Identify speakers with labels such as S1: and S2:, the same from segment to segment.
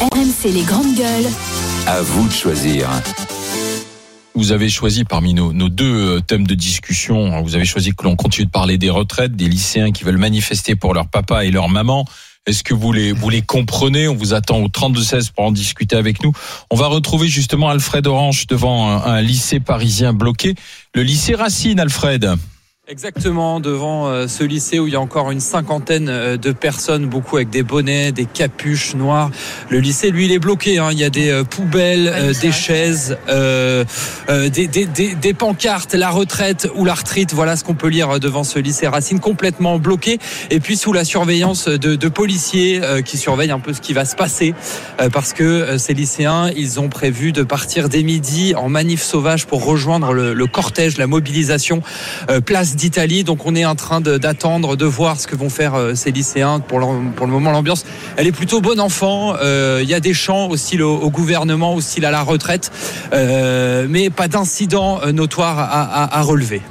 S1: RMC les grandes gueules.
S2: À vous de choisir.
S3: Vous avez choisi parmi nos, nos deux euh, thèmes de discussion, hein, vous avez choisi que l'on continue de parler des retraites, des lycéens qui veulent manifester pour leur papa et leur maman. Est-ce que vous les, vous les comprenez On vous attend au 32-16 pour en discuter avec nous. On va retrouver justement Alfred Orange devant un, un lycée parisien bloqué. Le lycée Racine, Alfred.
S4: Exactement, devant euh, ce lycée où il y a encore une cinquantaine euh, de personnes, beaucoup avec des bonnets, des capuches noires. Le lycée, lui, il est bloqué. hein. Il y a des euh, poubelles, euh, des chaises, euh, euh, des, des- des- des pancartes, la retraite ou la retraite. Voilà ce qu'on peut lire euh, devant ce lycée Racine, complètement bloqué. Et puis sous la surveillance de, de policiers euh, qui surveillent un peu ce qui va se passer. euh, parce que euh, ces lycéens, ils ont prévu de partir dès midi en manif sauvage pour rejoindre le- le cortège, la mobilisation euh, place d'Italie. Donc on est en train de- d'attendre, de, voir ce que vont faire euh, ces lycéens. Pour le, pour le moment, l'ambiance, elle est plutôt bonne enfant. Euh, Il y a des chants aussi au, au gouvernement, aussi à la retraite, Euh, mais pas d'incident euh, notoire à, à- à relever.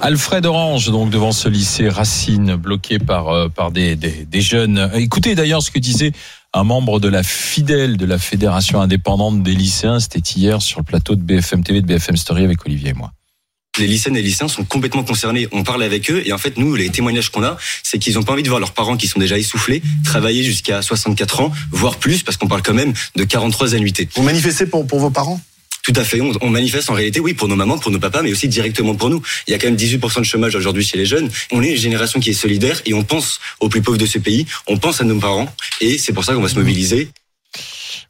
S3: Alfred Orange, donc devant ce lycée Racine, bloqué par, euh, par des, des, des jeunes. Euh, Écoutez d'ailleurs ce que disait un membre de la fidèle de la Fédération indépendante des lycéens. C'était hier sur le plateau de BFM TV, de BFM Story avec Olivier et moi.
S5: les lycéennes et les lycéens sont complètement concernés. On parle avec eux et en fait, nous, les témoignages qu'on a, c'est qu'ils ont pas envie de voir leurs parents qui sont déjà essoufflés travailler jusqu'à 64 ans, voire plus, parce qu'on parle quand même de 43 annuités.
S6: Vous manifestez pour, pour vos parents
S5: Tout à fait, on, on manifeste en réalité, oui, pour nos mamans, pour nos papas, mais aussi directement pour nous. Il y a quand même 18% de chômage aujourd'hui chez les jeunes. On est une génération qui est solidaire et on pense aux plus pauvres de ce pays, on pense à nos parents et c'est pour ça qu'on va se mobiliser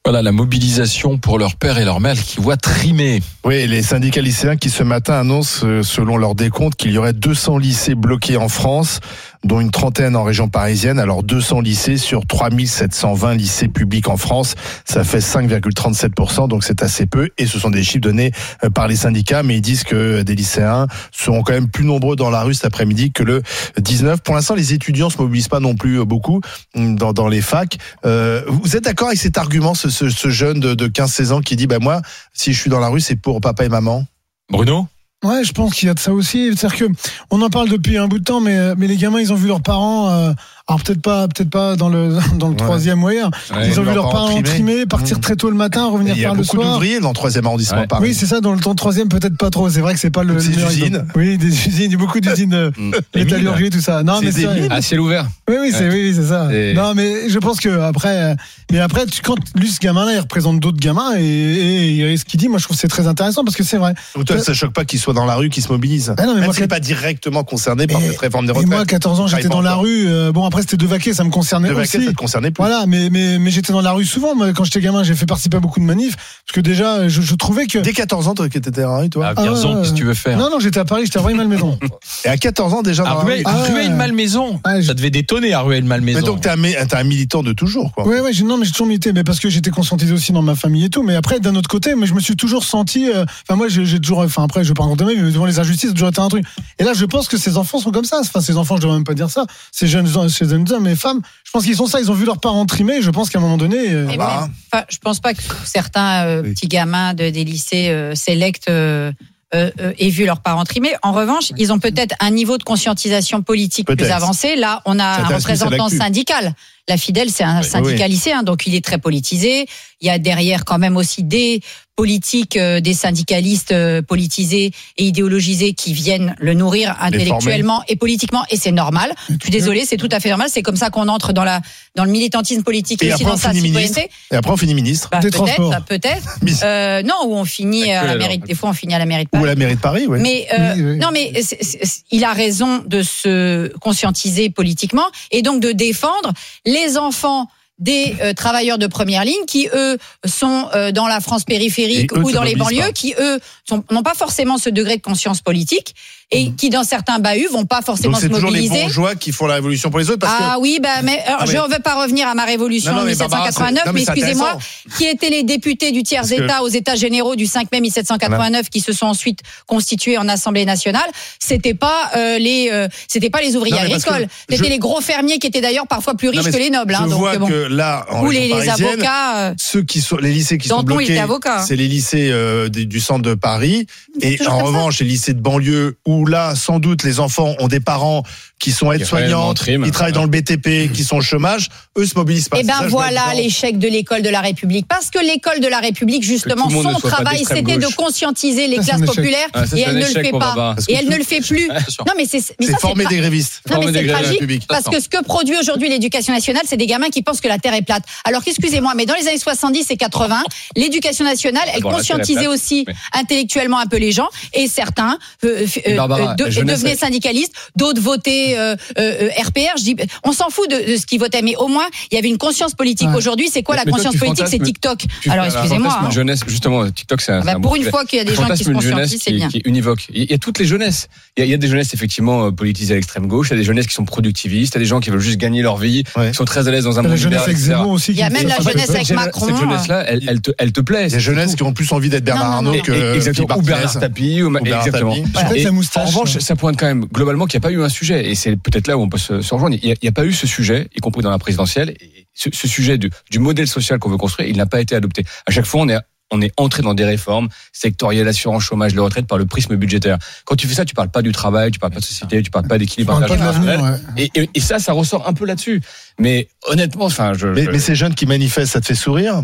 S3: Voilà la mobilisation pour leur père et leur mère qui voient trimer.
S6: Oui, les syndicats lycéens qui ce matin annoncent, euh, selon leur décompte, qu'il y aurait 200 lycées bloqués en France, dont une trentaine en région parisienne. Alors 200 lycées sur 3720 lycées publics en France, ça fait 5,37%, donc c'est assez peu. Et ce sont des chiffres donnés euh, par les syndicats, mais ils disent que euh, des lycéens seront quand même plus nombreux dans la rue cet après-midi que le 19. Pour l'instant, les étudiants se mobilisent pas non plus euh, beaucoup hum, dans, dans les facs. Euh, vous êtes d'accord avec cet argument, ce, ce- ce jeune de, de 15-16 ans qui dit, bah moi, si je suis dans la rue, c'est pour papa et maman.
S3: Bruno
S7: Ouais, je pense qu'il y a de ça aussi. C'est-à-dire que on en parle depuis un bout de temps, mais, euh, mais les gamins, ils ont vu leurs parents. euh, alors peut-être pas, peut-être pas dans le dans le
S6: Ouais.
S7: troisième ou ailleurs.
S6: Ouais.
S7: Ils ont vu leurs parents
S6: trimer.
S7: trimer, partir
S6: Mhm.
S7: très tôt le matin,
S6: Et
S7: revenir
S6: Il y a
S7: tard le
S6: beaucoup
S7: soir.
S6: d'ouvriers dans le 3e arrondissement
S3: Ouais.
S6: de Paris.
S7: Oui, c'est ça. Dans le temps troisième, peut-être pas trop. C'est vrai que c'est pas le.
S6: Ces
S7: le meilleur
S6: usines. Mmh.
S7: exemple. Oui, des usines. Il y a beaucoup d'usines euh,
S3: Les mines.
S7: métallurgie, tout ça. Non,
S6: C'est
S7: mais
S6: des
S7: c'est vrai.
S6: mines.
S8: À ciel ouvert.
S7: Oui, oui, c'est oui, oui, c'est ça.
S8: Et-
S7: Non, mais je pense que après, euh, mais après, tu, quand lui ce gamin-là, il représente d'autres gamins et, et- et ce qu'il dit, moi, je trouve que c'est très intéressant parce que c'est vrai.
S6: Ou toi, ça choque pas qu'ils soient dans la rue, qu'ils se mobilisent.
S7: Ah non, mais
S6: Même
S7: moi,
S6: s'ils
S7: que-
S6: pas directement concernés par
S7: Et-
S6: cette réforme des
S7: Et
S6: retraites.
S7: moi, à 14 ans,
S6: Ah,
S7: j'étais
S6: pas
S7: dans la
S6: encore.
S7: rue. euh, bon, après, c'était deux vaquets, ça me concernait
S6: De vacances,
S7: aussi.
S6: ça te concernait plus.
S7: Voilà, mais, mais, mais j'étais dans la rue souvent. Moi, quand j'étais gamin, j'ai fait participer à beaucoup de manifs. Parce que déjà, je, je trouvais que.
S6: Dès 14 ans, toi, qui étais dans la rue, toi.
S3: À 15 ans,
S7: ouais,
S3: Ah, qu'est-ce que tu veux faire
S7: Non, non, j'étais à Paris, j'étais à Roy Malmaison.
S6: Et à 14 ans, déjà dans
S3: À
S6: la rue.
S3: Ruelle,
S7: Ah ouais.
S3: Ruelle Malmaison.
S7: Ah, je-
S3: Ça devait détonner à Ruelle Malmaison.
S6: Mais donc, t'es un, mé- t'es un militant de toujours, quoi.
S7: Ouais, ouais, j'ai- non, mais j'ai toujours milité, mais parce que j'étais conscientisé aussi dans ma famille et tout. Mais après, d'un autre côté, mais je me suis toujours senti. euh, Enfin, moi, j'ai j'ai toujours. Enfin, après, je vais pas raconter ma vie, mais devant les injustices, ça a toujours été un truc. Et là, je pense que ces enfants sont comme ça. Enfin, ces enfants, je devrais même pas dire ça. Ces jeunes, ces jeunes hommes et femmes, je pense qu'ils sont ça. Ils ont vu leurs parents trimer. et Je pense qu'à un moment donné. euh,
S9: Et
S6: bah,
S9: même, enfin, je pense pas que certains euh,
S6: Oui.
S9: petits gamins de, des lycées euh, sélects euh, euh, euh, aient vu leurs parents trimer. En revanche, ils ont peut-être un niveau de conscientisation politique plus
S6: Peut-être.
S9: avancé. Là, on a
S6: Ça
S9: un
S6: t'inscrit,
S9: représentant
S6: c'est l'actu.
S9: syndical. La Fidèle, c'est un syndicat lycéen, donc il est très politisé. Il y a derrière quand même aussi des politiques, euh, des syndicalistes euh, politisés et idéologisés qui viennent le nourrir intellectuellement et politiquement, et c'est normal. Je suis
S6: Mmh.
S9: désolée, c'est tout à fait normal. C'est comme ça qu'on entre dans la dans le militantisme politique
S6: Et
S9: et aussi
S6: après, on
S9: dans sa
S6: finit
S9: citoyenneté.
S6: ministre. Et après, on finit ministre.
S9: Bah,
S7: Des transports.
S9: peut-être, peut-être. Euh, non, où on finit à la mairie. Des fois, on finit à la mairie de
S6: Ou
S9: Paris.
S6: à la mairie de Paris, ouais.
S9: Mais euh,
S7: Oui, oui.
S9: non, mais c'est- c'est- c'est- il a raison de se conscientiser politiquement et donc de défendre les enfants des euh, travailleurs de première ligne qui eux sont euh, dans la France périphérique
S6: Et eux ne
S9: ou
S6: se
S9: dans les
S6: mobilisent
S9: banlieues
S6: pas.
S9: qui eux sont- n'ont pas forcément ce degré de conscience politique et qui dans certains bahuts vont pas
S6: Mm. Donc,
S9: forcément
S6: c'est
S9: se
S6: toujours les
S9: mobiliser.
S6: bourgeois qui font la révolution pour les autres parce que.
S9: Ah oui, bah, mais, alors,
S6: Ah, mais-
S9: je ne veux pas revenir à ma révolution
S6: Non, non,
S9: de
S6: mais Barbara, c'est-
S9: 1789,
S6: non, mais
S9: mais
S6: c'est
S9: excusez-moi, qui étaient les députés du
S6: Parce
S9: tiers
S6: que-
S9: état aux états généraux du 5 mai 1789 qui se sont ensuite constitués en assemblée nationale c'était pas euh, les euh, c'était pas les ouvriers
S6: Non, mais parce
S9: agricoles
S6: que
S9: c'était
S6: je-
S9: les gros fermiers qui étaient d'ailleurs parfois plus
S6: Non,
S9: riches
S6: mais
S9: que les nobles hein,
S6: je
S9: donc
S6: vois
S9: bon.
S6: que là, en
S9: ou
S6: région
S9: les, les
S6: parisienne,
S9: avocats euh,
S6: ceux qui sont les lycées qui sont
S9: Danton, il
S6: bloqués,
S9: était avocat, hein.
S6: c'est les lycées euh, des- du centre de Paris.
S9: C'est
S6: Et
S9: toujours
S6: en
S9: comme ça.
S6: revanche, les lycées de banlieue où là, sans doute, les enfants ont des parents qui sont aides-soignantes,
S1: Qui réellement
S6: qui travaillent dans le BTP, qui sont au chômage, eux se mobilisent pas.
S9: Eh ben
S6: Ça, je
S9: voilà
S6: mets dedans.
S9: l'échec de l'école de la République. Parce que l'école de la République, justement,
S1: tout le monde
S9: son
S1: ne soit pas
S9: travail,
S1: d'extrême
S9: c'était de
S1: gauche.
S9: conscientiser les
S7: Ça, c'est un
S9: classes
S7: échec.
S9: populaires
S1: Ah, ça,
S9: et
S1: c'est un
S9: elle ne le
S1: échec
S9: fait
S1: pour
S9: pas.
S1: Baba.
S9: Et elle ne le fait plus.
S3: sûr.
S9: Non mais c'est mais ça,
S6: C'est
S9: c'est
S6: former
S9: tra-
S6: des grévistes.
S9: Non, mais
S1: Former
S9: c'est
S1: des grévistes.
S9: tragique
S6: Public.
S9: parce que ce que produit aujourd'hui l'éducation nationale, c'est des gamins qui pensent que la Terre est plate. Alors qu'excusez-moi, mais dans les années 70 et 80, l'éducation nationale, elle
S1: Ah, Bon, la Terre est
S9: conscientisait
S1: plate,
S9: aussi
S1: mais-
S9: intellectuellement un peu les gens et certains euh, euh,
S1: Barbara,
S9: euh, de-
S1: la jeunesse,
S9: devenaient
S1: elle-
S9: syndicalistes, d'autres votaient euh, euh, euh, RPR. Je dis, on s'en fout de, de ce qu'ils votaient, mais au moins il y avait une conscience politique.
S7: Ouais.
S9: Aujourd'hui, c'est quoi
S1: Mais-
S9: la
S1: mais toi,
S9: conscience
S1: tu
S9: politique C'est
S1: fantasmes-
S9: TikTok.
S1: Tu
S9: Alors
S1: fais-
S9: excusez-moi.
S1: fantasme
S9: hein.
S1: une jeunesse, justement, TikTok, c'est un.
S9: Bah,
S1: c'est un
S9: pour
S1: bon
S9: une
S1: sujet.
S9: fois qu'il y a des gens qui
S1: Fantasme
S9: se
S1: une jeunesse
S9: conscientisent, c'est
S1: qui,
S9: bien.
S1: qui est univoque. Il y a toutes les jeunesses. Il y a, il y a des jeunesses effectivement euh, politisées à l'extrême gauche, il y a des jeunesses qui sont productivistes, il y a des gens qui veulent juste gagner leur vie,
S6: Ouais.
S1: qui sont très à l'aise dans un
S7: T'as
S1: monde
S7: la jeunesse
S1: libéral,
S7: avec
S1: etc.
S7: Zemmour aussi.
S9: Il y a
S7: qui-
S9: même la
S7: Ah,
S9: jeunesse
S7: je-
S9: avec
S1: Cette
S9: Macron, euh.
S1: Cette jeunesse-là, elle, elle te, elle te plaît.
S6: Des jeunesses qui ont plus envie d'être Bernard
S9: Non, non,
S6: Arnault
S9: non.
S6: que
S3: Eh,
S1: Et- et-
S6: Philippe
S1: exactement, ou Bernard
S6: Euh, Barthez.
S1: Tapie, ou,
S6: Ou Bernard
S1: exactement.
S6: Tapie.
S7: Peut-être
S1: Et
S7: la moustache.
S1: En revanche, ça pointe quand même globalement qu'il n'y a pas eu un sujet, et c'est peut-être là où on peut se, se rejoindre. Il n'y a, il y a pas eu ce sujet, y compris dans la présidentielle. Et Ce, ce sujet du, du modèle social qu'on veut construire, il n'a pas été adopté. À chaque fois, on est on est entré dans des réformes sectorielles, assurance chômage, les retraites par le prisme budgétaire. Quand tu fais ça, tu parles pas du travail, tu parles pas de société, tu parles pas
S7: je
S1: d'équilibre
S7: parle pas de
S1: intergénérationnel.
S7: l'avenir, ouais.
S1: Et, et- et ça, ça ressort un peu là-dessus. Mais honnêtement, enfin, je,
S6: Mais,
S1: je-
S6: mais ces jeunes qui manifestent, ça te fait sourire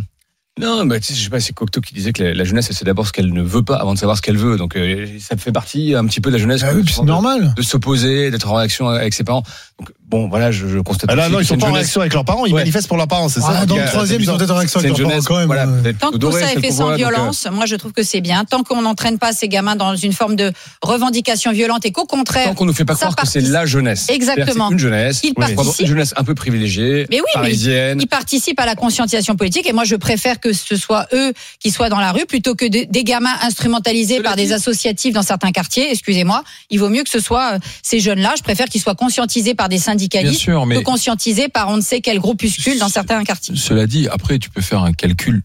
S1: non, mais tu sais, je sais pas, c'est Cocteau qui disait que la, la jeunesse, elle sait d'abord ce qu'elle ne veut pas avant de savoir ce qu'elle veut. Donc, euh, ça fait partie un petit peu de la jeunesse.
S7: Bah
S1: que-
S7: oui, puis c'est normal.
S1: de s'opposer, d'être en réaction avec ses parents. Donc, bon, voilà, je, je constate.
S6: Ah là,
S1: aussi
S6: non,
S1: que
S6: ils
S1: c'est
S6: sont
S1: une
S6: pas en
S1: jeunesse-
S6: réaction avec leurs parents, ils
S1: Ouais.
S6: manifestent pour leurs parents, c'est ça
S7: Ah, dans
S6: qui
S7: le
S6: a-
S7: troisième, ils ont peut-être en réaction
S1: C'est une
S7: avec leurs parents
S1: jeunesse,
S7: quand même.
S1: voilà,
S7: ouais.
S1: peut-être
S9: Tant que tout
S1: odorée,
S9: ça
S1: celle
S9: est fait
S1: qu'on
S9: sans
S1: voit, donc, euh,
S9: violence, moi je trouve que c'est bien. Tant qu'on n'entraîne pas ces gamins dans une forme de revendication violente et qu'au contraire,
S1: Tant qu'on ne fait pas
S9: ça
S1: croire que c'est
S9: participe-
S1: la jeunesse. C'est-à-dire que c'est
S9: Exactement.
S1: Une jeunesse.
S9: Ils
S1: on va avoir
S9: participent.
S1: Une jeunesse un peu privilégiée.
S9: Mais oui, mais
S1: parisienne.
S9: ils participent à la conscientisation politique et moi je préfère que ce soit eux qui soient dans la rue plutôt que de- des gamins instrumentalisés
S1: Cela
S9: par des
S1: dit-
S9: associatifs dans certains quartiers. Excusez-moi, il vaut mieux que ce soit euh, ces jeunes-là. Je préfère qu'ils soient conscientisés par des
S3: Bien
S9: syndicalistes
S3: sûr,
S9: que
S3: mais
S9: conscientisés par on ne sait quel groupuscule dans certains quartiers.
S3: Cela dit, après, tu peux faire un calcul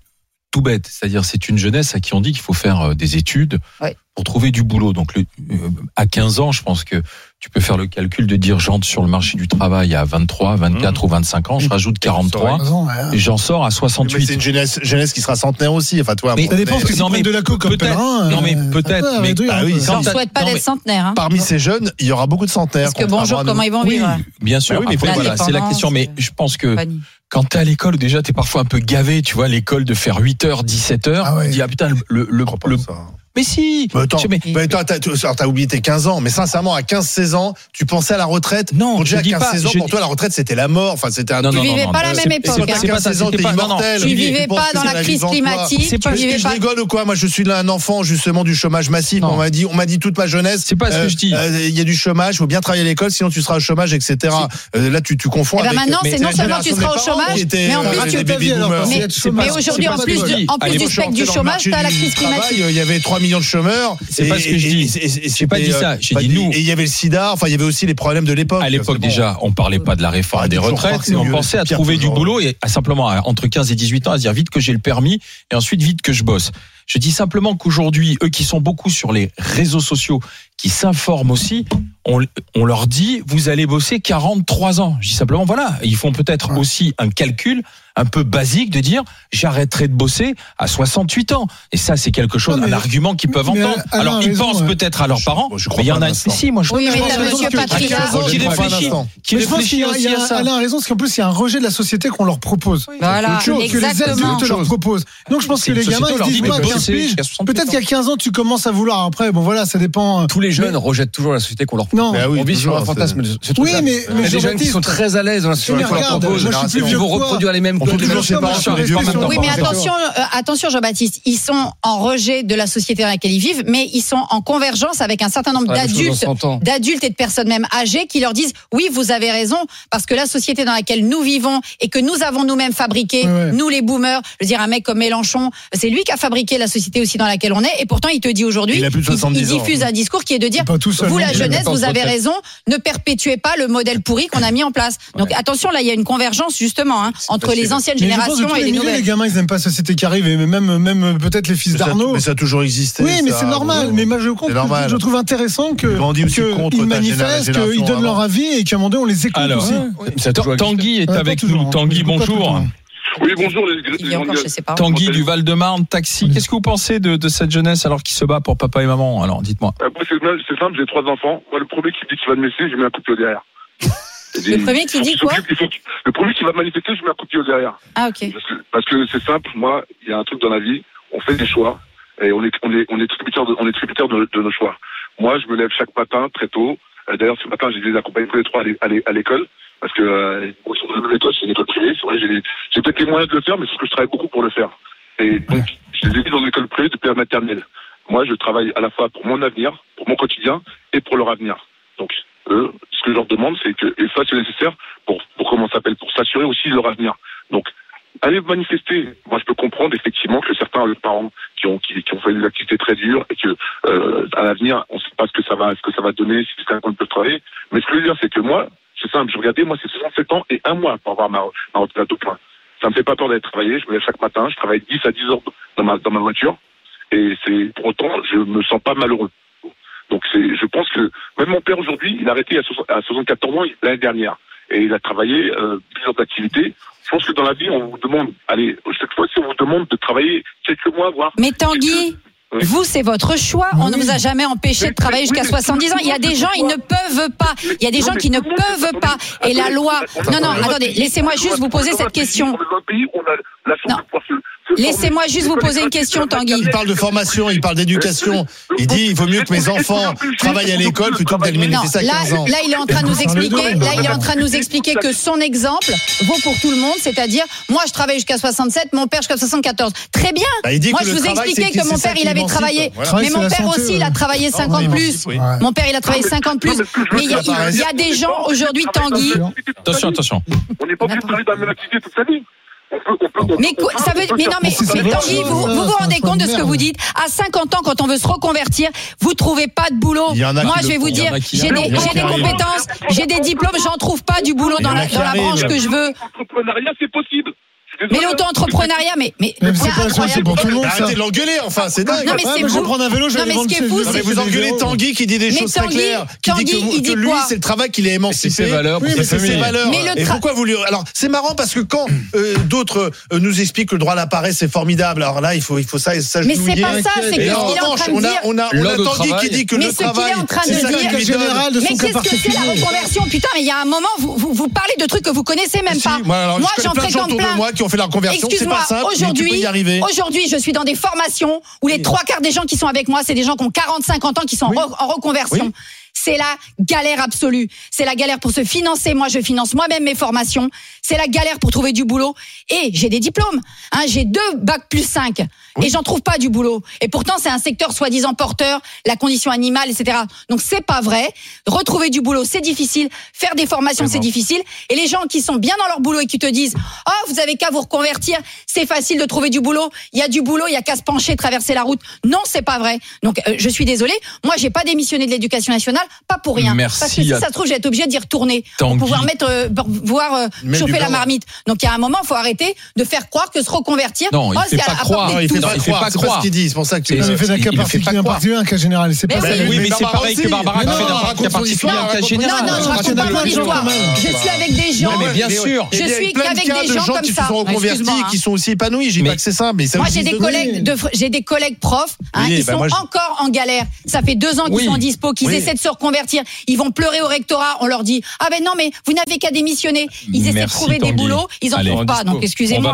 S3: tout bête. C'est-à-dire, c'est une jeunesse à qui on dit qu'il faut faire euh, des études
S9: Ouais.
S3: pour trouver du boulot. Donc, le- euh, à 15 ans, je pense que tu peux faire le calcul de dire j'entre sur le marché du travail à 23, 24
S6: Mmh.
S3: ou 25 ans, je rajoute 43,
S7: Raison, ouais.
S3: et j'en sors à
S6: Mais c'est
S3: 68.
S6: une jeunesse, jeunesse qui sera centenaire aussi. Enfin, toi,
S3: Mais-
S6: bon,
S7: Ça dépend ce que tu
S3: Non, mais
S7: prends de la coke comme
S3: peut-être-
S7: pèlerin.
S3: non, mais
S7: euh,
S3: peut-être,
S7: ça peut
S3: mais-
S7: réduire
S6: bah
S7: un
S6: oui,
S7: peu.
S9: Je
S3: quand
S9: ne
S3: t'as-
S9: souhaite pas
S3: non, mais-
S9: d'être centenaire. hein.
S6: parmi ces jeunes, il y aura beaucoup de centenaires.
S9: Parce que
S6: contrairement
S9: bonjour,
S6: à nous.
S9: comment ils vont
S3: Oui,
S9: vivre hein,
S3: bien sûr.
S6: Bah oui, mais
S3: Après,
S6: faut-
S3: voilà, c'est la question. Mais je pense
S1: euh,
S3: que
S9: Fanny
S3: quand t'es à l'école, déjà, t'es parfois un peu gavé. Tu vois, l'école de faire 8 heures, 17 heures.
S7: Ah ouais.
S3: Tu dis, ah putain, le, le, le-
S6: Je crois pas
S3: le-
S6: à ça.
S3: mais si!
S6: Mais attends,
S3: Je sais, mais-
S6: mais attends, t'as- t'as alors, t'as oublié tes 15 ans, mais sincèrement, à 15-16 ans, tu pensais à la retraite
S3: Non,
S6: Pour
S3: je
S6: déjà à
S3: dis pas,
S6: 15 ans,
S3: je
S6: pour
S3: dis-
S6: toi, la retraite, c'était la mort. Enfin, c'était un
S3: Non,
S9: Tu
S3: non, non,
S9: vivais
S3: non,
S9: pas
S3: non.
S9: la
S3: C'est-
S9: même époque,
S3: c'est pas-
S9: hein.
S3: C'est pas ça,
S6: 15 ans,
S3: c'était
S6: t'es
S3: pas- non, non.
S6: immortel.
S9: Tu
S6: Olivier,
S9: vivais
S6: tu penses
S9: pas
S6: que
S9: dans
S6: c'est
S9: la
S6: la vie
S9: crise
S6: en toi.
S9: climatique,
S3: C'est
S9: tu
S3: pas-
S9: vivais
S6: je
S9: pas.
S6: rigole ou quoi Moi, je suis là un enfant justement du chômage massif.
S3: Non.
S6: On m'a dit, on m'a dit toute ma jeunesse.
S3: C'est pas ce que
S6: euh,
S3: je dis.
S6: euh, Il y a du chômage, faut bien travailler à l'école, sinon tu seras au chômage, etc. Euh, là, tu, tu confonds.
S9: Eh ben
S6: avec-
S9: maintenant,
S6: mais
S9: c'est non
S6: la
S9: seulement
S6: génération
S9: tu seras
S6: des
S9: au
S6: parents
S9: chômage,
S6: qui étaient,
S9: mais en
S6: euh,
S9: plus,
S6: les
S9: tu-
S6: baby
S7: alors,
S6: boomers.
S7: c'est
S9: Mais,
S7: être chômeur,
S9: mais
S7: c'est
S9: aujourd'hui,
S7: pas
S9: en
S7: ce que
S9: plus,
S7: je
S9: du-
S3: dis.
S9: en plus
S3: Allez,
S9: du
S6: Moi, je suis
S9: spectre
S6: rentré dans
S9: du
S6: le
S9: chômage,
S6: marché
S9: t'as la
S6: du
S9: crise
S6: travail,
S9: climatique.
S6: euh, Il y avait 3 millions de chômeurs.
S3: C'est pas
S6: Et-
S3: ce que je
S6: et-
S3: dis.
S6: et- et- et-
S3: J'ai pas dit
S6: c'était, euh,
S3: ça. J'ai
S6: pas
S3: dit
S6: dit-
S3: nous.
S6: Et il y avait le sida. Enfin, il y avait aussi les problèmes de l'époque.
S3: À l'époque
S6: C'est bon.
S3: déjà, on parlait pas de la réforme
S6: Ah,
S3: des
S6: toujours
S3: retraites,
S6: partout,
S3: et on
S6: mieux,
S3: pensait à
S6: pire
S3: trouver du
S6: toujours.
S3: boulot et à simplement à- entre 15 et 18 ans à se dire vite que j'ai le permis et ensuite vite que je bosse. Je dis simplement qu'aujourd'hui, eux qui sont beaucoup sur les réseaux sociaux, qui s'informent aussi, on, on leur dit vous allez bosser 43 ans. Je dis simplement voilà, ils font peut-être aussi un calcul un peu basique de dire j'arrêterai de bosser à 68 ans. Et ça c'est quelque chose,
S7: Non, mais-
S3: un argument qu'ils peuvent
S7: mais
S3: entendre.
S7: Alain
S3: Alors
S7: a
S3: ils
S7: raison,
S3: pensent
S7: ouais.
S3: peut-être à leurs parents,
S6: Moi, je
S3: mais
S6: crois
S3: il y
S6: pas
S3: en a.
S6: un instant.
S3: Si moi je
S9: Oui, mais
S7: pense
S9: t'as
S7: que-
S9: monsieur
S7: à
S9: Patrick.
S6: 15 ans,
S9: Arnaud.
S6: j'ai
S3: qui
S6: pas un
S3: réfléchit,
S6: instant.
S3: qui
S7: Mais je pense qu'il y
S3: réfléchit
S7: a, il y
S3: aussi
S7: a-
S3: à ça.
S7: Alain a raison, parce qu'en plus, il y a un rejet de la société qu'on leur propose.
S9: Voilà,
S7: Autre chose que les
S9: exactement.
S7: adultes leur proposent. Donc je pense que
S3: C'est
S7: les
S3: une
S7: gamins,
S3: société, on
S7: ils se
S3: leur dit,
S7: disent
S3: mais
S7: pas à 15
S3: bossez
S7: piges.
S3: jusqu'à 68
S7: Peut-être qu'à 15 ans, tu commences à vouloir. Après, bon voilà, ça dépend. euh,
S1: Tous les jeunes rejettent toujours la société qu'on leur propose.
S7: Non.
S6: Bah oui,
S1: on vit sur
S6: toujours,
S1: un fantasme de ce ce
S7: Oui,
S1: truc-là.
S7: mais,
S1: Il y
S7: mais
S1: a des
S7: je
S1: jeunes qui
S7: retire-
S1: sont très à l'aise dans la société
S7: mais
S1: qu'on leur
S7: regarde,
S1: propose.
S7: moi, je suis plus
S1: Ils
S7: vieux
S1: vont
S7: que toi.
S1: reproduire les mêmes
S6: On peut
S1: codes.
S6: toujours
S1: Je
S6: séparer
S1: pense
S6: sur
S1: qu'on arrive
S6: les
S1: pas
S6: vieux et
S1: maintenant.
S6: sur
S9: Oui,
S6: Bon,
S9: mais
S6: c'est
S9: attention, euh, attention Jean-Baptiste, ils sont en rejet de la société dans laquelle ils vivent, mais ils sont en convergence avec un certain nombre
S1: Ah, la chose
S9: d'adultes,
S1: dans 100 ans.
S9: d'adultes et de personnes même âgées qui leur disent oui, vous avez raison, parce que la société dans laquelle nous vivons et que nous avons nous-mêmes fabriquée,
S7: Ouais, ouais.
S9: nous les boomers, je veux dire un mec comme Mélenchon, c'est lui qui a fabriqué la société aussi dans laquelle on est, et pourtant il te dit aujourd'hui,
S6: Il a plus de 70 ans.
S9: diffuse un discours qui est de dire
S7: Pas tout seul, hein.
S9: vous
S7: non
S9: la
S7: plus.
S9: jeunesse,
S1: Attends,
S9: vous avez
S1: retraite.
S9: raison, ne perpétuez pas le modèle pourri qu'on a mis en place. Donc attention, là il y a une convergence justement hein, entre les anciennes
S7: Mais je pense que
S9: générations
S7: tous
S9: et
S7: les
S9: les
S7: milieux,
S9: nouvelles.
S7: les gamins, ils n'aiment pas la société qui arrive, et même, même euh, peut-être les fils
S6: Mais ça-
S7: d'Arnaud.
S6: Mais ça a toujours existé.
S7: Oui, mais
S6: ça.
S7: c'est normal.
S6: Bon.
S7: Mais moi, je compte,
S6: C'est normal.
S7: je trouve intéressant que
S6: Tu grandis aussi
S7: que
S6: contre
S7: ils
S6: ta génération
S7: manifestent, qu'ils
S6: avant.
S7: donnent leur avis et qu'à un moment donné, on les écoute
S3: Alors,
S7: aussi.
S3: Ça a toujours Tanguy est
S7: Ouais, pas
S3: avec
S7: toujours,
S3: nous.
S7: hein.
S3: Tanguy,
S7: Je coupe pas tout le
S3: bonjour.
S7: temps.
S8: Oui, bonjour les, les
S9: Il y a
S8: grandes
S9: encore
S8: gueules.
S9: chez ses parents.
S3: Tanguy du Val-de-Marne, taxi. Qu'est-ce que vous pensez de, de cette jeunesse alors qui se bat pour papa et maman Alors, dites-moi.
S8: Euh, moi, c'est c'est simple, j'ai trois enfants. Moi, le premier qui me dit qu'il va de Messi, je mets un couple derrière.
S9: Le premier qui dit quoi
S8: Le premier qui va manifester, je mets un coup de pied au derrière.
S9: Ah, ok.
S8: Parce que- Parce que c'est simple, moi, il y a un truc dans la vie, on fait des choix et on est, on est, on est tributaire, de, on est tributaire de, de nos choix. Moi, je me lève chaque matin très tôt. Euh, D'ailleurs, ce matin, j'ai les accompagnés tous les trois à l'é- à l'é- à l'école parce que euh, bon, sur le- l'école, c'est une école privée. C'est vrai, j'ai les- j'ai peut-être les moyens de le faire, mais c'est que je travaille beaucoup pour le faire. Et donc, je les ai mis dans une école privée depuis la maternelle. Moi, je travaille à la fois pour mon avenir, pour mon quotidien et pour leur avenir. Donc, eux, ce que je leur demande, c'est que et ça, c'est nécessaire pour, pour comment ça s'appelle, pour s'assurer aussi de leur avenir. Donc, allez vous manifester. Moi, je peux comprendre effectivement que certains euh, parents qui ont qui, qui ont fait des activités très dures et que euh, à l'avenir, on ne sait pas ce que ça va ce que ça va donner, si c'est un qu'on peut travailler. Mais ce que je veux dire, c'est que moi, c'est simple. Je regardais, moi, c'est 67 ans et un mois pour avoir ma ma retraite au point. Ça me fait pas peur d'aller travailler. Je me lève chaque matin. Je travaille 10 à 10 heures dans ma dans ma voiture et c'est pour autant, je me sens pas malheureux. Donc c'est, je pense que même mon père aujourd'hui, il a arrêté à soix- à 74 ans l'année dernière et il a travaillé euh, plusieurs activités. Je pense que dans la vie, on vous demande, allez, chaque fois, si on vous demande de travailler quelques mois, voire
S9: Mais Tanguy,
S8: Oui.
S9: vous, c'est votre choix. On ne vous a jamais empêché de travailler jusqu'à 70 ans. Il y a des gens, ils ne peuvent pas. Il y a des gens qui ne peuvent pas. Et la loi. Non, non, attendez, laissez-moi juste vous poser cette question. Non. Laissez-moi juste vous poser une question, Tanguy.
S6: Il parle de formation, il parle d'éducation. Il dit il vaut mieux que mes enfants travaillent à l'école plutôt que d'aller
S9: Non,
S6: manifester à
S9: là,
S6: 15 ans.
S9: là, il est en train de nous expliquer. Là, il est en train de nous expliquer que son exemple vaut pour tout le monde, c'est-à-dire moi, je travaille jusqu'à 67, mon père jusqu'à 74. Très bien.
S6: Bah, il dit
S9: moi,
S6: que
S9: je
S6: le
S9: vous ai
S6: travail,
S9: expliqué
S6: c'est-
S9: que mon
S6: c'est ça
S9: père,
S6: qui
S9: il avait
S6: émancipe.
S9: travaillé,
S6: Voilà.
S7: Travail,
S9: mais
S7: c'est
S9: mon
S7: la
S9: père
S7: santé,
S9: aussi, il
S7: ouais.
S9: a travaillé 50 plus.
S6: Oui.
S7: Ouais.
S9: Mon père, il a travaillé 50 plus. Mais il y, a- il y a des gens aujourd'hui, Tanguy.
S3: Attention, attention.
S8: On n'est pas obligé de travailler dans la même activité toute sa vie. On peut, on peut, on
S9: Mais quoi-
S8: on
S9: ça
S8: peut-
S9: veut
S8: on peut
S9: mais
S8: faire-
S9: non mais,
S7: c'est
S9: mais
S7: pas
S9: Tanguy,
S7: grave,
S9: vous,
S7: ça,
S9: vous vous
S7: ça,
S9: rendez
S7: ça,
S9: compte
S7: ça,
S9: de ce que
S7: merde.
S9: vous dites à 50 ans quand on veut se reconvertir vous trouvez pas de boulot
S6: Il y en a qui
S9: moi
S6: le
S9: je vais vous
S6: font. hein.
S9: dire
S3: Il y en a qui-
S9: j'ai
S3: il y en a
S9: des,
S6: qui
S9: j'ai des
S6: arrivent.
S9: compétences j'ai des diplômes j'en trouve pas du boulot
S6: Il y en
S9: dans
S6: a
S9: la,
S6: qui
S9: dans la
S6: arrivent.
S9: branche que je veux
S8: L'entrepreneuriat, c'est possible. Je suis
S9: mais
S8: désolé.
S9: l'auto-entrepreneuriat mais mais,
S7: Mais
S9: c'est
S7: c'est pas ça, c'est
S9: incroyable.
S7: pour tout le monde, ça.
S6: Arrêtez de l'engueuler, enfin, c'est dingue.
S9: Non, mais
S7: Ouais,
S9: c'est
S7: moi, je
S9: vous.
S7: vais prendre un vélo, je
S9: Non,
S7: vais
S9: mais ce
S7: vendre
S9: qui est
S7: chez-
S9: fou,
S7: Non,
S6: Non,
S9: c'est-
S6: mais
S7: mais
S6: vous engueulez
S7: vélos.
S6: Tanguy qui dit des
S9: Mais
S6: choses très
S9: Tanguy,
S6: claires, qui dit
S9: Tanguy,
S6: que,
S9: il
S6: que
S9: dit
S6: lui,
S9: quoi
S6: c'est le travail qui l'a émancipé.
S10: ses valeurs,
S6: Oui,
S10: pour
S6: mais
S10: sa
S6: c'est ses
S10: famille.
S6: valeurs.
S9: Mais le
S6: Et
S9: tra-
S6: pourquoi vous lui... Alors, c'est marrant parce que quand euh, d'autres euh, nous expliquent que le droit à la paresse, c'est formidable. Alors là, il faut, il faut ça et ça.
S9: mais
S6: je
S9: c'est
S6: vous
S9: pas
S6: dis.
S9: ça c'est que ce qu'il
S6: Et
S9: est
S6: en
S9: en
S6: revanche,
S9: train de
S6: on a,
S9: dire
S6: on a, on
S10: L'ordre
S6: a
S10: au
S6: Tanguy
S10: travail.
S6: qui dit que
S9: Mais
S6: le
S9: ce qu'il est en
S6: travail,
S9: train de
S6: c'est ça
S9: dire-
S6: qui
S9: Le
S6: lui donne.
S7: général de
S9: mais
S7: son cas
S9: qu'est-ce que c'est la
S7: particulier.
S9: reconversion putain mais il y a un moment vous, vous, vous parlez de trucs que vous connaissez même
S6: Si,
S9: pas
S6: Moi, alors, je connais
S9: j'en
S6: plein de gens
S9: fréquente
S6: autour de
S9: plein
S6: moi qui ont fait leur conversion. C'est
S9: Excuse-moi,
S6: pas simple, mais tu peux
S9: aujourd'hui,
S6: y arriver.
S9: aujourd'hui, je suis dans des formations où les trois quarts des gens qui sont avec moi, c'est des gens qui ont 40, 50 ans, qui sont en re- en reconversion.
S6: Oui.
S9: C'est la galère absolue. C'est la galère pour se financer. Moi, je finance moi-même mes formations. C'est la galère pour trouver du boulot. Et j'ai des diplômes. Hein, j'ai deux bacs plus 5. Et j'en trouve pas du boulot. Et pourtant, c'est un secteur soi-disant porteur, la condition animale, etc. Donc, c'est pas vrai. Retrouver du boulot, c'est difficile. Faire des formations, c'est difficile. Et les gens qui sont bien dans leur boulot et qui te disent, oh, vous avez qu'à vous reconvertir. C'est facile de trouver du boulot. Il y a du boulot, il y a qu'à se pencher, traverser la route. Non, c'est pas vrai. Donc, euh, je suis désolée. Moi, j'ai pas démissionné de l'éducation nationale, pas pour rien.
S3: Merci
S9: Parce que si
S3: à-
S9: ça se trouve, j'ai été obligée d'y retourner
S3: Tanguy.
S9: pour pouvoir mettre, euh, pour pouvoir euh,
S6: Mettre du
S9: chauffer la
S6: beurre.
S9: marmite. Donc, il y a un moment, faut arrêter de faire croire que se reconvertir.
S3: Non, il
S9: oh,
S3: fait
S9: c'est à
S3: pas
S9: la- à
S3: croire.
S9: portée de
S6: il
S9: tous.
S6: fait
S3: Non,
S6: pas
S3: il fait
S6: croire.
S3: pas
S6: C'est pas ce
S3: croir.
S6: qu'il dit. C'est pour ça que tu.
S3: C'est-
S7: Il a fait d'un
S3: Il-
S7: cas
S3: il le fait pas
S7: particulier, un
S3: croire.
S7: particulier, un cas général. C'est pas
S9: Mais
S7: ça.
S9: oui.
S6: Mais
S3: Oui, mais c'est
S6: Barbara
S3: pareil que
S6: aussi.
S3: Barbara
S6: Mais
S3: a
S6: non,
S3: fait d'un
S6: raconte
S3: cas
S6: son
S3: particulier,
S6: histoire,
S3: un cas
S6: raconte-
S3: général.
S9: Non, non,
S6: Ah,
S9: je raconte pas
S6: raconte
S9: mon
S6: des gens,
S9: histoire.
S6: quand même.
S9: Je suis avec des gens.
S3: mais bien
S6: oui.
S3: sûr.
S6: Et
S9: Je
S6: Eh il y a
S9: suis
S6: plein de
S9: qu'avec
S6: cas
S9: des
S6: de
S9: gens
S6: gens
S9: comme
S6: qui se
S9: ça.
S6: sont reconvertis,
S9: Excuse-moi, hein.
S6: qui sont aussi épanouis. Je dis pas
S3: Mais-
S6: que c'est ça, mais ça
S9: Moi,
S6: aussi,
S9: j'ai
S6: c'est
S9: des
S6: donné.
S9: collègues, de, fr- j'ai des collègues profs, hein,
S6: Oui,
S9: ils
S6: bah
S9: sont
S6: moi, je-
S9: encore en galère. Ça fait deux ans qu'ils
S6: Oui.
S9: sont en dispo, qu'ils
S6: Oui.
S9: essaient de se reconvertir. Ils vont pleurer au rectorat. On leur dit ah ben non mais vous n'avez qu'à démissionner. Ils essaient de
S3: Merci,
S9: trouver des
S3: Tanguy.
S9: boulots, ils en
S3: Allez,
S9: trouvent
S3: en
S9: pas.
S3: dispo.
S9: Donc
S3: On va
S9: excusez-moi.